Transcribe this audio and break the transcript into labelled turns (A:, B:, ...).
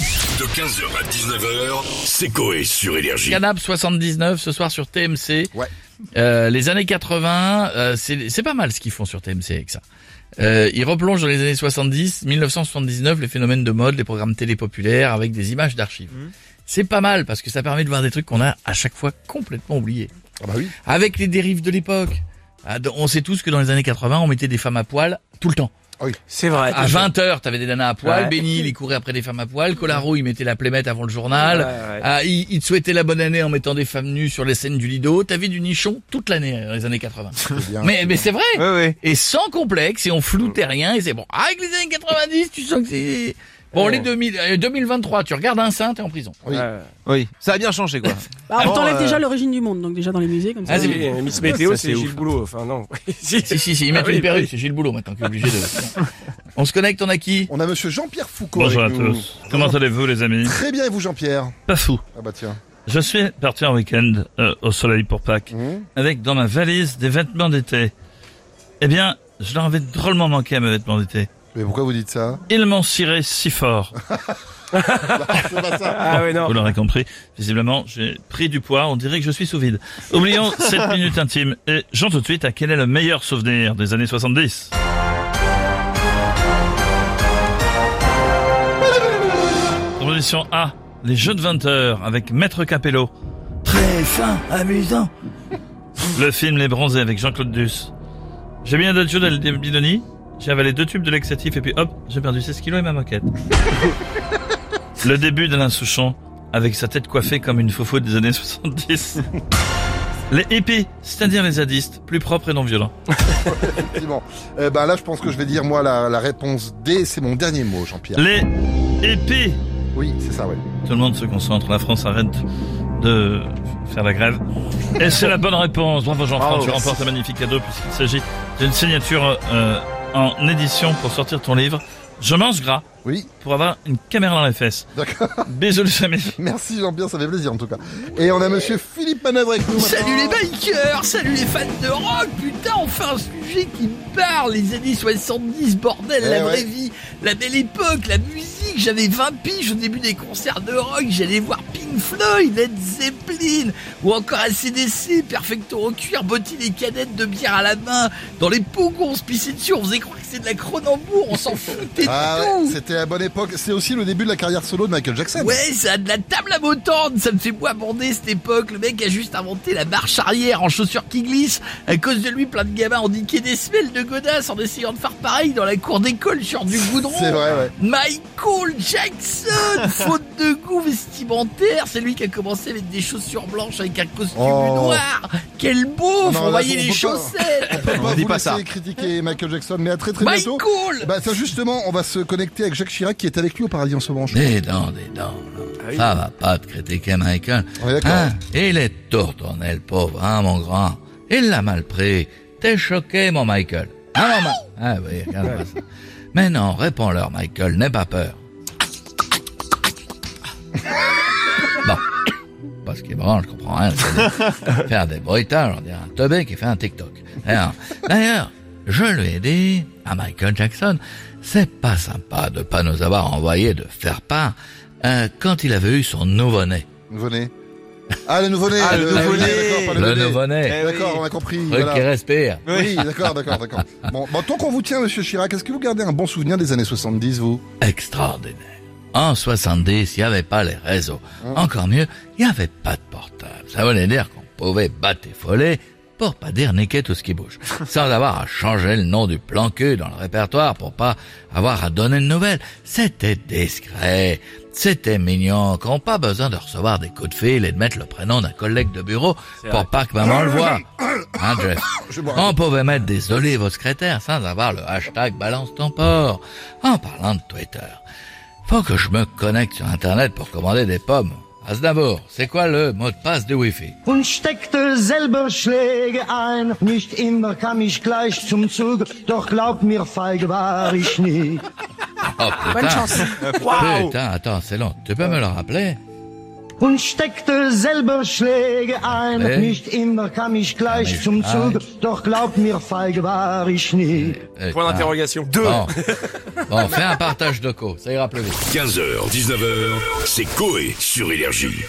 A: De 15h à 19h, c'est Coé sur Énergie.
B: Canap 79 ce soir sur TMC.
C: Ouais.
B: Euh, les années 80, euh, c'est c'est pas mal ce qu'ils font sur TMC avec ça. Euh, ils replongent dans les années 70, 1979, les phénomènes de mode, les programmes télé populaires avec des images d'archives. C'est pas mal parce que ça permet de voir des trucs qu'on a à chaque fois complètement oubliés.
C: Ah bah oui.
B: Avec les dérives de l'époque. Ah, On sait tous que dans les années 80, on mettait des femmes à poil tout le temps.
D: C'est vrai.
B: À 20h, t'avais des nanas à poil.
D: Ouais.
B: Benny, il courait après des femmes à poil. Colaro, il mettait la plémette avant le journal.
D: Ouais, ouais.
B: Ah, il, il te souhaitait la bonne année en mettant des femmes nues sur les scènes du Lido. T'avais du nichon toute l'année, euh, dans les années 80.
E: Ah,
C: bien,
B: mais mais c'est vrai.
D: Oui, oui.
B: Et sans complexe, et on floutait rien. Et c'est bon. Ah, Avec les années 90, tu sens que c'est... Bon, les 2000, euh, 2023, tu regardes un saint, t'es en prison.
C: Oui.
D: Ouais. Oui. Ça a bien changé, quoi.
F: Bah, on
D: Bon,
F: t'enlève
D: euh,
F: déjà l'origine du monde, donc déjà dans les musées, comme ça.
B: Ah, c'est-
F: Ouais.
D: Miss Météo, c'est Gilles
E: Boulot, enfin non.
B: Si, si, si, ils mettent
E: Ah oui,
B: une perruque. C'est Gilles Boulot maintenant qui est obligé de... on se connecte, on a qui
C: On a monsieur Jean-Pierre Foucault.
G: Bonjour à
C: avec nous.
G: tous. Comment allez-vous les amis
C: Très bien, et vous Jean-Pierre
G: Pas fou.
C: Ah bah tiens.
G: Je suis parti en week-end euh, au soleil pour Pâques
C: Mmh.
G: avec dans ma valise des vêtements d'été. Eh bien, je leur avais drôlement manqué à mes vêtements d'été.
C: Mais pourquoi vous dites ça
G: Ils m'ont ciré si fort.
C: C'est pas ça.
D: Ah ouais, non.
G: Vous l'aurez compris. Visiblement, j'ai pris du poids. On dirait que je suis sous vide. Oublions cette minute intime et j'en tout de suite à quel est le meilleur souvenir des années 70. Proposition A. Les jeux de 20 heures avec Maître Capello. Très fin, amusant. Le film Les Bronzés avec Jean-Claude Duss. J'ai mis un dojo de Bidoni. J'ai avalé deux tubes de laxatif et puis hop, j'ai perdu 16 kilos et ma moquette. Le début d'Alain Souchon, avec sa tête coiffée comme une faux des années 70. Les hippies, c'est-à-dire les zadistes, plus propres et non violents.
C: Effectivement. Euh, bah là, je pense que je vais dire moi la, la réponse D. C'est mon dernier mot, Jean-Pierre.
G: Les hippies
C: Oui, c'est ça, ouais.
G: Tout le monde se concentre, la France arrête de faire la grève. Et c'est la bonne réponse. Bravo Jean-François,
C: Bravo,
G: tu
C: merci.
G: remportes un magnifique cadeau puisqu'il s'agit d'une signature euh, en édition pour sortir ton livre. Je mange gras
C: Oui,
G: pour avoir une caméra dans les fesses.
C: d'accord.
G: Bisous les amis.
C: Merci Jean-Pierre, ça fait plaisir en tout cas. Et on a monsieur Philippe Manœuvre avec nous.
B: Salut les
C: maintenant.
B: bikers, salut les fans de rock, putain, enfin un sujet qui me parle, les années 70, bordel,
C: Eh
B: la vraie
C: ouais.
B: vie, la belle époque, la musique, j'avais 20 piges au début des concerts de rock, j'allais voir Pink Floyd, Led Zeppelin, ou encore ACDC, Perfecto en cuir, bottines et canettes de bière à la main, dans les pogons, on se pissait dessus, on faisait croire que c'était de la Cronenbourg, on s'en foutait
C: Ah
B: de
C: ouais,
B: tout
C: c'était la bonne époque. C'est aussi le début de la carrière solo de Michael Jackson.
B: Ouais, ça a de la table à motante, ça me fait boire bander cette époque. Le mec a juste inventé la marche arrière en chaussures qui glissent. À cause de lui, plein de gamins ont niqué des semelles de godasses en essayant de faire pareil dans la cour d'école sur du goudron.
C: C'est vrai, ouais.
B: Michael Jackson, faute de goût vestimentaire, c'est lui qui a commencé avec des chaussures blanches avec un costume
C: Oh.
B: noir. Quel beau,
C: Non, là,
B: vous voyez
C: on peut
B: les
C: pas.
B: chaussettes.
C: On va
D: dit
C: vous
D: pas
C: laisser
D: ça.
C: critiquer Michael Jackson, mais à très très bientôt.
B: Michael.
C: Bah tiens justement, on va se connecter avec Jacques Chirac qui est avec lui au paradis en ce moment. je crois.
B: Des dents, des dents.
C: Ah
B: Ça va pas te critiquer, Michael.
C: On est d'accord.
B: Hein, il est tourtonné, le pauvre, hein, mon grand. Il l'a mal pris. T'es choqué, mon Michael. Hein, mon ma- Ah oui, regarde-moi ça. Mais non, réponds-leur, Michael, n'aie pas peur. Bon. Parce qu'il est branle, je comprends rien. C'est- Faire des bruitages, on dirait un teubé qui fait un TikTok. Alors, D'ailleurs, je lui ai dit à Michael Jackson, c'est pas sympa de pas nous avoir envoyé de faire part euh, quand il avait eu son nouveau-né.
C: Venez. Ah le nouveau-né.
D: Ah, le nouveau-né.
C: d'accord, pas
B: Le
C: bébé.
B: nouveau-né.
D: Eh oui.
C: D'accord, on a compris.
B: Truc
C: voilà.
B: qui respire.
C: Oui, d'accord, d'accord, d'accord. Bon, bon, tant qu'on vous tient, monsieur Chirac, est-ce que vous gardez un bon souvenir des années 70, vous
B: Extraordinaire. En 70, il n'y avait pas les réseaux. Encore mieux, il n'y avait pas de portable. Ça voulait dire qu'on pouvait battre et foller pour pas dire niquer tout ce qui bouge. Sans avoir à changer le nom du plan cul dans le répertoire pour pas avoir à donner de nouvelles. C'était discret. C'était mignon, qu'on pas besoin de recevoir des coups de fil et de mettre le prénom d'un collègue de bureau pour pas que maman le voie. Hein, Jeff
C: Je bois.
B: on pouvait mettre des olives au secrétaire sans avoir le hashtag balance ton porc. En parlant de Twitter, faut que je me connecte sur Internet pour commander des pommes. Aznavour, c'est quoi le mot de passe du Wi-Fi
H: und steckte selber Schläge ein. Nicht immer kam ich gleich zum Zug, doch glaub mir, feige war ich nie.
B: Oh putain,
F: Bonne chance.
B: putain, attends, c'est long. Tu peux me le rappeler
H: und steckte selber Schläge ein.
B: Hey.
H: Nicht immer kam ich gleich
B: ich
H: zum Zug,
B: gleich.
H: doch glaub mir, feige war ich nie.
B: Eh,
E: Point
B: ah.
E: d'interrogation. Deux.
B: Bon. Bon, fais un partage de co, ça ira plus vite.
A: 15h, 19h, c'est Coé sur Énergie.